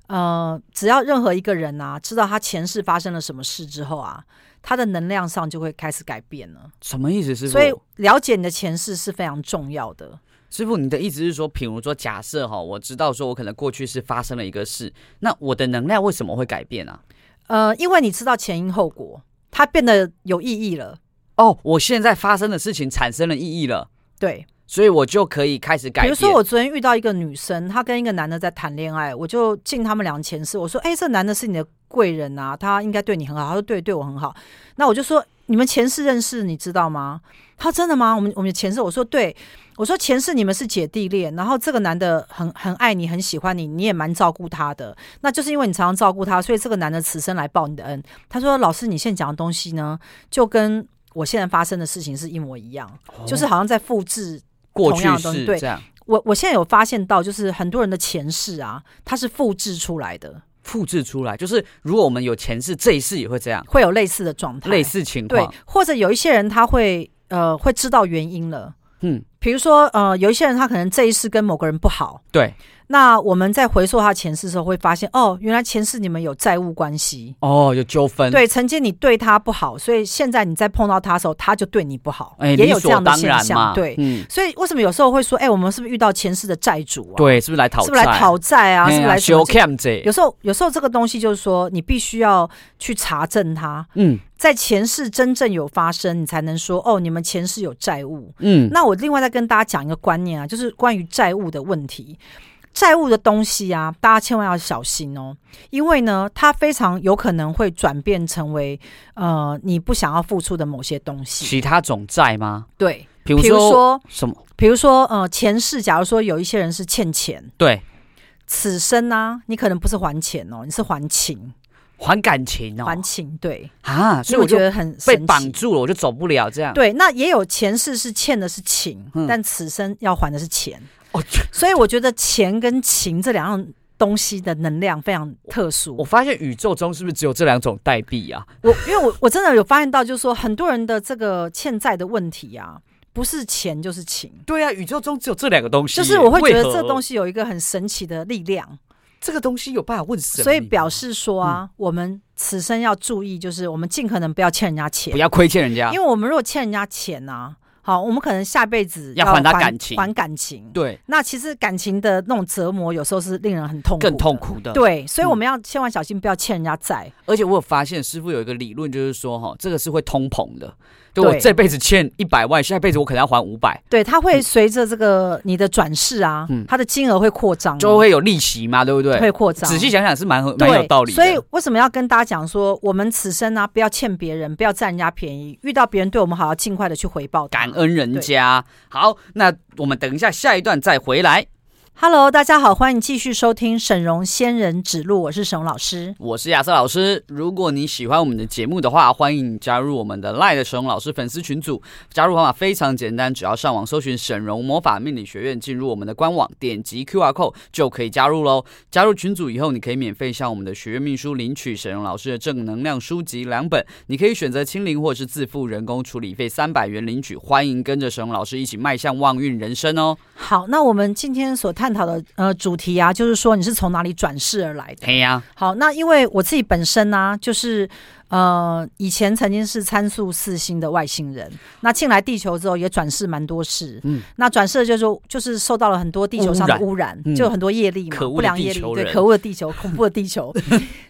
呃，只要任何一个人啊，知道他前世发生了什么事之后啊，他的能量上就会开始改变了。
什么意思，师傅？
所以了解你的前世是非常重要的。
师傅，你的意思是说，譬如说，假设哈，我知道说我可能过去是发生了一个事，那我的能量为什么会改变啊？
呃，因为你知道前因后果，它变得有意义了。
哦，我现在发生的事情产生了意义了，
对，
所以我就可以开始改
比
变。
如说我昨天遇到一个女生，她跟一个男的在谈恋爱，我就进他们俩前世，我说：“哎、这男的是你的贵人啊，他应该对你很好。”他说：“对，对我很好。”那我就说：“你们前世认识，你知道吗？”他真的吗？我们我们前世，我说对，我说前世你们是姐弟恋，然后这个男的很很爱你，很喜欢你，你也蛮照顾他的，那就是因为你常常照顾他，所以这个男的此生来报你的恩。他说：“老师，你现在讲的东西呢，就跟我现在发生的事情是一模一样，
哦
就是好像在复制
过
同
去
样的东西
是
对
这样
我我现在有发现到，就是很多人的前世啊，它是复制出来的，
复制出来，就是如果我们有前世，这一世也会这样，
会有类似的状态。
类似情
对
况。，
或者有一些人他会呃会知道原因了，
嗯，
比如说呃有一些人他可能这一世跟某个人不好，
对，
那我们在回溯他前世的时候，会发现哦，原来前世你们有债务关系。
哦，有纠纷，，
对，曾经你对他不好，所以现在你在碰到他的时候，他就对你不好，
哎，
也
理
有这
所
样的
当
现
然嘛
象。对，
嗯，
所以为什么有时候会说，哎、我们是不是遇到前世的债主啊？，
对，是不是来讨债？
是不是来讨债啊？
嘿
是不是
啊
来什
修
么？
cam 这
有？时候，有时候这个东西就是说，你必须要去查证它，
嗯
在前世真正有发生，你才能说哦，你们前世有债务。
嗯，
那我另外再跟大家讲一个观念啊，就是关于债务的问题。债务的东西啊，大家千万要小心哦，因为呢，它非常有可能会转变成为呃你不想要付出的某些东西。
其他种债吗？
对，
比如
比如
说
说，
什么？
比如说呃前世，假如说有一些人是欠钱，
对，
此生呢、你可能不是还钱哦，你是还情，
还感情哦，
还情对，
啊，所以
我
我就
觉得很
被
神奇
绑住了，我就走不了这样。
对，那也有前世是欠的是情，
嗯
但此生要还的是钱。
哦，就
所以我觉得钱跟情这两样东西的能量非常特殊。
我
我
发现宇宙中是不是只有这两种代币啊？
因为我我真的有发现到，就是说很多人的这个欠债的问题啊，不是钱就是情。
对啊，宇宙中只有这两个东西耶，
就是我会觉得
为何
这东西有一个很神奇的力量，
这个东西有办法问神明吗，
所以表示说
嗯
啊，我们此生要注意，就是我们尽可能不要欠人家钱
不，要亏欠人家
因。为我们如果欠人家钱啊，好，我们可能下辈子
要还
还
他感情
还感情。
对，
那其实感情的那种折磨，有时候是令人很痛苦，
更痛。苦的。，
对，所以
嗯
我们要千万小心，不要欠人家债。
而且我有发现师傅有一个理论，就是说哈，这个是会通膨的。就我
对
这辈子欠一百万，下辈子我可能要还五百，
对，它会随着这个你的转世啊，
嗯
它的金额会扩张哦，
就会有利息嘛，对不对？
会扩张。
仔细想想是蛮合
对
蛮有道理的。
所以为什么要跟大家讲说，我们此生啊，不要欠别人，不要占人家便宜，遇到别人对我们好，要尽快的去回报他
感。恩人家。好，那我们等一下下一段再回来。
Hello，大家好，欢迎继续收听沈荣仙人指路，我是沈荣老师。
我是亚瑟老师。如果你喜欢我们的节目的话，欢迎你加入我们的赖的沈荣老师粉丝群组。加入方法非常简单，只要上网搜寻沈荣魔法命理学院，进入我们的官网，点击 Q R code 就可以加入喽。加入群组以后，你可以免费向我们的学院秘书领取沈荣老师的正能量书籍两本，你可以选择清零或是自付人工处理费三百元领取。欢迎跟着沈荣老师一起迈向旺运人生哦。
好，那我们今天所探讨的呃主题啊，就是说你是从哪里转世而来的。
嘿哎呀、
好，那因为我自己本身呢、就是呃，以前曾经是参宿四星的外星人，那进来地球之后也转世蛮多事，
嗯
那转世就是就是受到了很多地球上的污染，
嗯
就有很多业力嘛，
可恶的
不良业
地
力，
球
对，
人
可恶的地球，恐怖的地 球。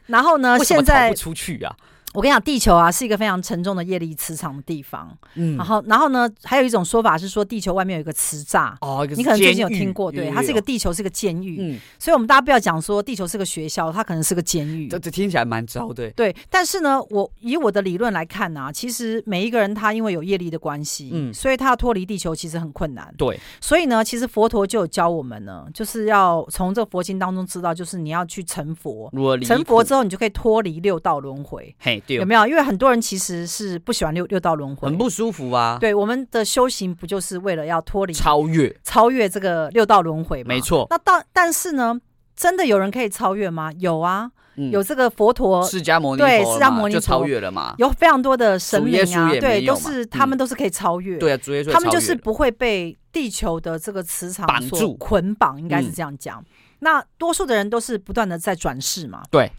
然后呢，
为什
现
么逃
在
不出去啊？
我跟你讲，地球啊是一个非常沉重的业力磁场的地方。
嗯
然。后，然后呢，还有一种说法是说，地球外面有一个磁栅。
哦，一个是
你可能最近有
监狱哦
听过，对，它是一个，地球是个监狱，
嗯，
所以我们大家不要讲说地球是个学校，它可能是个监狱。
这这听起来蛮糟的。
对，但是呢，我以我的理论来看啊，其实每一个人他因为有业力的关系，
嗯
所以他要脱离地球其实很困难。
对，
所以呢，其实佛陀就有教我们呢，就是要从这佛经当中知道，就是你要去成佛，
如果离
成
谱
佛之后你就可以脱离六道轮回，
嘿，对
有，没有？因为很多人其实是不喜欢六六道轮回
很。不舒服啊。，
对，我们的修行不就是为了要脱离、
超越，
超越这个六道轮回吗？
没。错，
那到但是呢，真的有人可以超越吗？有啊，
嗯
有这个佛陀
释迦牟尼
对
佛了
释迦
嘛
牟尼
就超
佛
越了嘛。
有非常多的神明
主耶
啊
稣，也没
对，
有
都
嘛
是
嗯
他们都是可以超越，
对啊，主耶稣
他们就
超越
是
了
不会被地球的这个磁场
绑
所
住
捆绑，应该是
嗯
这样讲。那多数的人都是不断的在转世嘛，
对。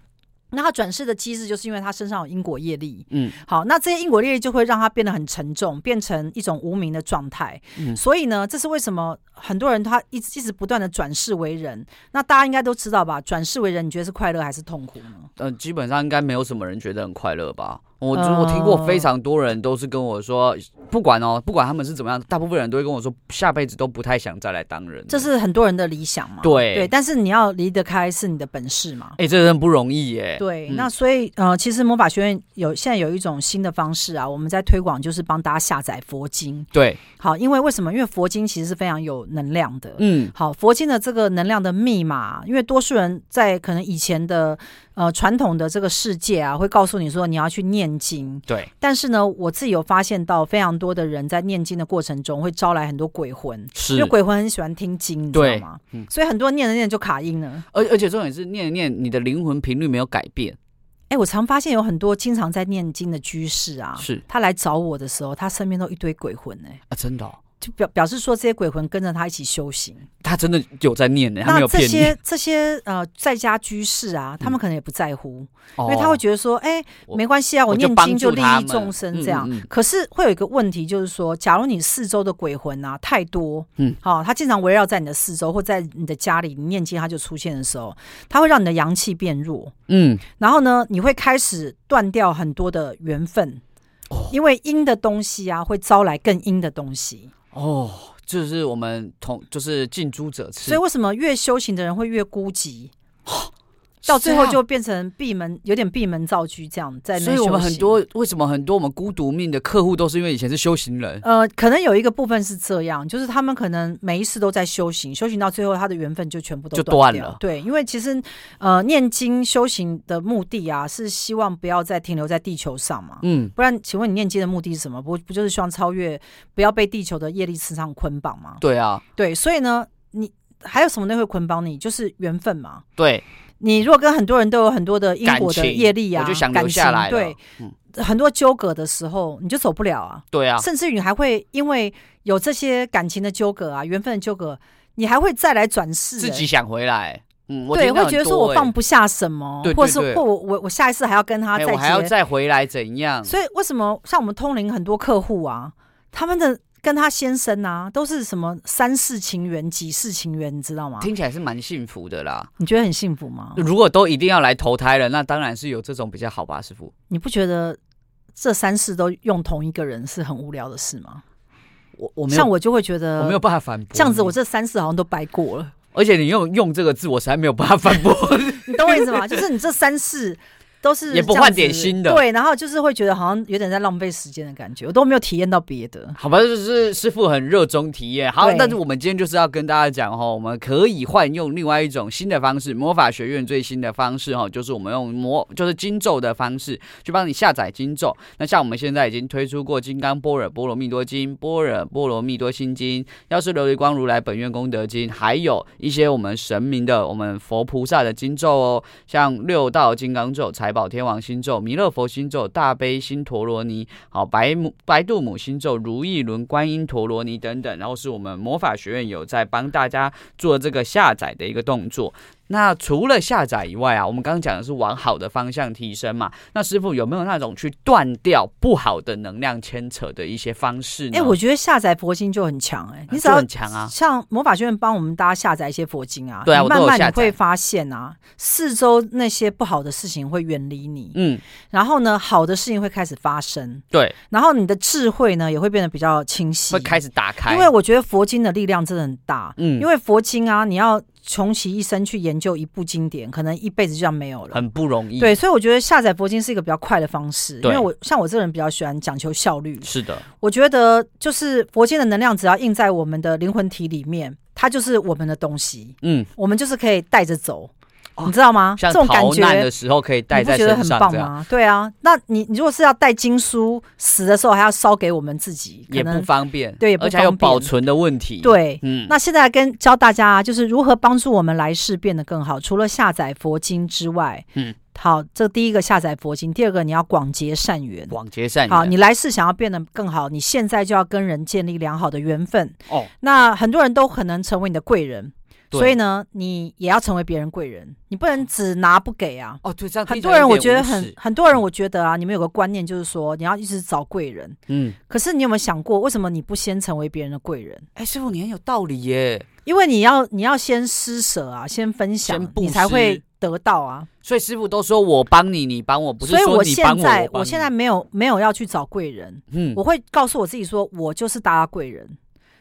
那他转世的机制，就是因为他身上有因果业力。
嗯，
好，那这些因果业力就会让他变得很沉重，变成一种无名的状态。
嗯
所以呢，这是为什么很多人他一直一直不断的转世为人。那大家应该都知道吧？转世为人，你觉得是快乐还是痛苦呢？
呃，基本上应该没有什么人觉得很快乐吧。我就
呃
我听过非常多人都是跟我说，不管哦，不管他们是怎么样，大部分人都会跟我说，下辈子都不太想再来当人。
这，是很多人的理想嘛。
对
对，但是你要离得开是你的本事嘛。
哎，这真的不容易耶。
对，
嗯
那所以呃，其实魔法学院有现在有一种新的方式啊，我们在推广就是帮大家下载佛经。
对，
好，因为为什么？因为佛经其实是非常有能量的。
嗯，
好，佛经的这个能量的密码，因为多数人在可能以前的呃传统的这个世界啊，会告诉你说你要去念经，
对，
但是呢，我自己有发现到非常多的人在念经的过程中会招来很多鬼魂，因
是
为。鬼魂很喜欢听经，你知道
对
吗？
嗯
所以很多念着念着就卡音了。
而而且重点是念一念，你的灵魂频率没有改变。
哎，我常发现有很多经常在念经的居士啊，
是
他来找我的时候，他身边都一堆鬼魂哎、
啊，真的哦。
就表表示说这些鬼魂跟着他一起修行。
他真的有在念哎呢，他没
那
有
这
骗你
些，这些呃在家居士啊，他们可能也不在乎，
因
因为他会觉得说，哎、
哦我
没关系啊，
我就
念
帮
经就
助
利
他
益
们
众生
嗯
这样。
嗯嗯
可是会有一个问题，就是说，假如你四周的鬼魂啊太多，
嗯
嗯，好、它经常围绕在你的四周或在你的家里，你念经它就出现的时候，它会让你的阳气变弱，
嗯
然后呢，你会开始断掉很多的缘分。
哦
因为阴的东西啊，会招来更阴的东西，
哦，就是我们同就是近朱者赤，
所以为什么越修行的人会越孤寂？到最后
是啊
就变成闭门，有点闭门造车这样在那
所以我们
修
很
行
多为什么很多我们孤独命的客户都是因为以前是修行人，
呃，可能有一个部分是这样，就是他们可能每一次都在修行，修行到最后，他的缘分就全部都
就
断
断
掉
了
对，因为其实呃，念经修行的目的啊，是希望不要再停留在地球上嘛。
嗯，
不然，请问你念经的目的是什么？不不就是希望超越，不要被地球的业力磁场捆绑吗？
对啊，
对，所以呢，你还有什么东西会捆绑你？就是缘分嘛。
对，
你如果跟很多人都有很多的因果
感
的
情
业力啊，
我就想
感
留下
情
来了
对，很多纠葛的时候，你就走不了啊。
对啊，
甚至于你还会因为有这些感情的纠葛啊、缘分的纠葛，你还会再来转世、
自己
欸
想回来，嗯，我
对，
听到
会
很
觉得说
多
我
欸
放不下什么，
对对
或者
对
是或我我我下一次还要跟他
哎
再
我还要
结。
再回来怎样？
所以为什么像我们通灵很多客户啊，他们的跟他先生啊，都是什么三世情缘、几世情缘，你知道吗？
听嗯起来是蛮幸福的啦。
你觉得很幸福吗？
如果都一定要来投胎了，那当然是有这种比较好吧，师傅。
你不觉得这三世都用同一个人是很无聊的事吗？
我我没有
像我就会觉得
我没有办法反驳你，
这样子，我这三世好像都白过了。
而且你用用这个字，我实在没有办法反驳。
你懂我意思吗？ 就是你这三世都是
也不
这样
换点
子
新的
对，然后就是会觉得好像有点在浪费时间的感觉，我都没有体验到别的。
好吧，就是师傅很热衷体验。好，
对
但是我们今天就是要跟大家讲哈，我们可以换用另外一种新的方式，魔法学院最新的方式哈，就是我们用魔就是经咒的方式去帮你下载经咒。那像我们现在已经推出过《金刚般若波罗蜜多经》《般若波罗蜜多心经》《药师琉璃光如来本愿功德经》，还有一些我们神明的、我们佛菩萨的经咒哦，像六道金刚咒、财宝天王星咒、弥勒佛星咒、大悲心陀罗尼好白母白度母星咒、如意轮、观音陀罗尼等等，然后是我们魔法学院有在帮大家做这个下载的一个动作。那除了下载以外啊，我们刚刚讲的是往好的方向提升嘛。那师傅有没有那种去断掉不好的能量牵扯的一些方式呢？
哎、我觉得下载佛经就很强哎、
啊
你只
就
要
很强啊，
像魔法学院帮我们大家下载一些佛经啊，
对啊
你
我都
慢
有
慢
下
你
载
会发现啊，四周那些不好的事情会远离你，
嗯，
然后呢，好的事情会开始发生，
对，
然后你的智慧呢也会变得比较清晰，
会开始打开，
因为我觉得佛经的力量真的很大，
嗯
因为佛经啊，你要穷其一生去研究一部经典，可能一辈子就这样没有了。
很不容易，，
对，所以我觉得下载佛经是一个比较快的方式，因
对
为我像我这个人比较喜欢讲求效率，
是的，
我觉得就是佛经的能量只要印在我们的灵魂体里面，它就是我们的东西，
嗯，
我们就是可以带着走，
哦
你知道吗？
像
这种感
逃难
觉
的。时候可以带
你不
在
觉得
身
很
上，
棒
这样
吗？对啊，那你你如果是要带经书，死的时候还要烧给我们自己，可
也不
能
方便，
对也不
而且还有
方便
保存的问题，，
对，
嗯，
那现在跟教大家啊就是如何帮助我们来世变得更好。除了下载佛经之外，
嗯
嗯，好，这第一个下载佛经，第二个你要广结善缘。
广结善缘，
好，你来世想要变得更好，你现在就要跟人建立良好的缘分。
哦，
那很多人都可能成为你的贵人，
对
所以呢，你也要成为别人贵人，你不能只拿不给啊。
哦，对，这样
很
听起
多
来
人
有
我
点
觉得
无
很
耻，
很多人我觉得啊，你们有个观念就是说，你要一直找贵人。
嗯，
可是你有没有想过，为什么你不先成为别人的贵人？
哎，师傅你很有道理耶，
因为你要你要先施舍啊，先分享
先，布施
你才会得到啊。
所以师傅都说我帮你，你帮我，不是
所以
说
我
你
现
帮我，
在
帮
我现
你
在，没有没有要去找贵人，
嗯，
我会告诉我自己说，我就是大家贵人。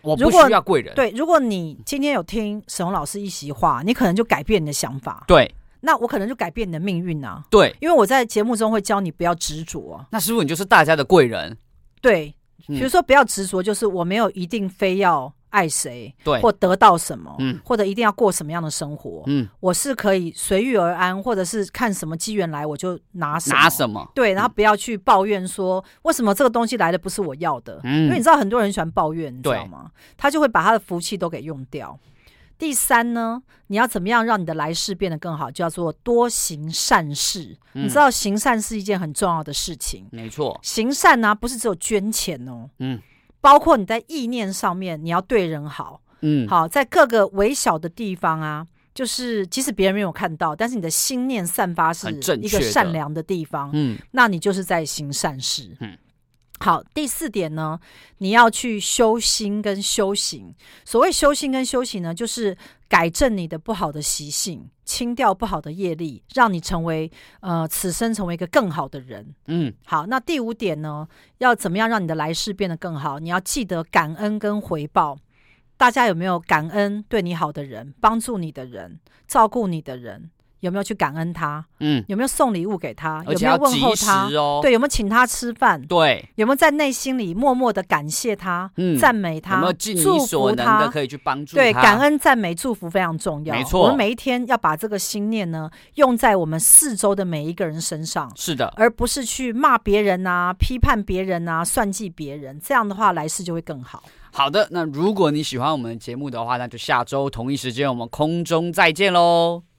我
如
不
果
需要贵人，
对，如果你今天有听沈宏老师一席话，你可能就改变你的想法，
对
那我可能就改变你的命运啊。
对，
因为我在节目中会教你不要执着啊，
那师傅你就是大家的贵人，
对，
嗯
比如说不要执着，就是我没有一定非要爱谁
对，
或得到什么
嗯，
或者一定要过什么样的生活，
嗯，
我是可以随遇而安，或者是看什么机缘来我就拿什么。
拿什么？
对，然后不要去抱怨说为什么这个东西来的不是我要的，因为你
嗯，
知道很多人喜欢抱怨，你知
对
道吗？他就会把他的福气都给用掉。第三呢，你要怎么样让你的来世变得更好？叫做多行善事。
嗯
你知道行善是一件很重要的事情，
没错，
行善呢、不是只有捐钱哦，
嗯
嗯，包括你在意念上面，你要对人好，
嗯，
好在各个微小的地方啊，就是即使别人没有看到，但是你的心念散发是
很正
一
确
个
的
善良的地方，
嗯，
那你就是在行善事。
嗯
好，第四点呢，你要去修心跟修行。所谓修心跟修行呢，就是改正你的不好的习性，清掉不好的业力，让你成为呃此生成为一个更好的人。
嗯，
好，那第五点呢，要怎么样让你的来世变得更好？你要记得感恩跟回报。大家有没有感恩对你好的人、帮助你的人、照顾你的人？有没有去感恩他？
嗯，
有没有送礼物给他？啊
而
有
且
没
要
有问
及
候
时
他？
哦，
对，有没有请他吃饭？
对，
有没有在内心里默默的感谢他、
嗯，
赞美他、
有没有尽
祝
你
福
所能的
他？
可以去帮助他？
对，感恩、赞美、祝福非常重要。
没错
我们每一天要把这个心念呢，用在我们四周的每一个人身上，
是的，
而不是去骂别人啊、批判别人啊、算计别人。这样的话，来世就会更好。
好的，那如果你喜欢我们的节目的话，那就下周同一时间我们空中再见喽。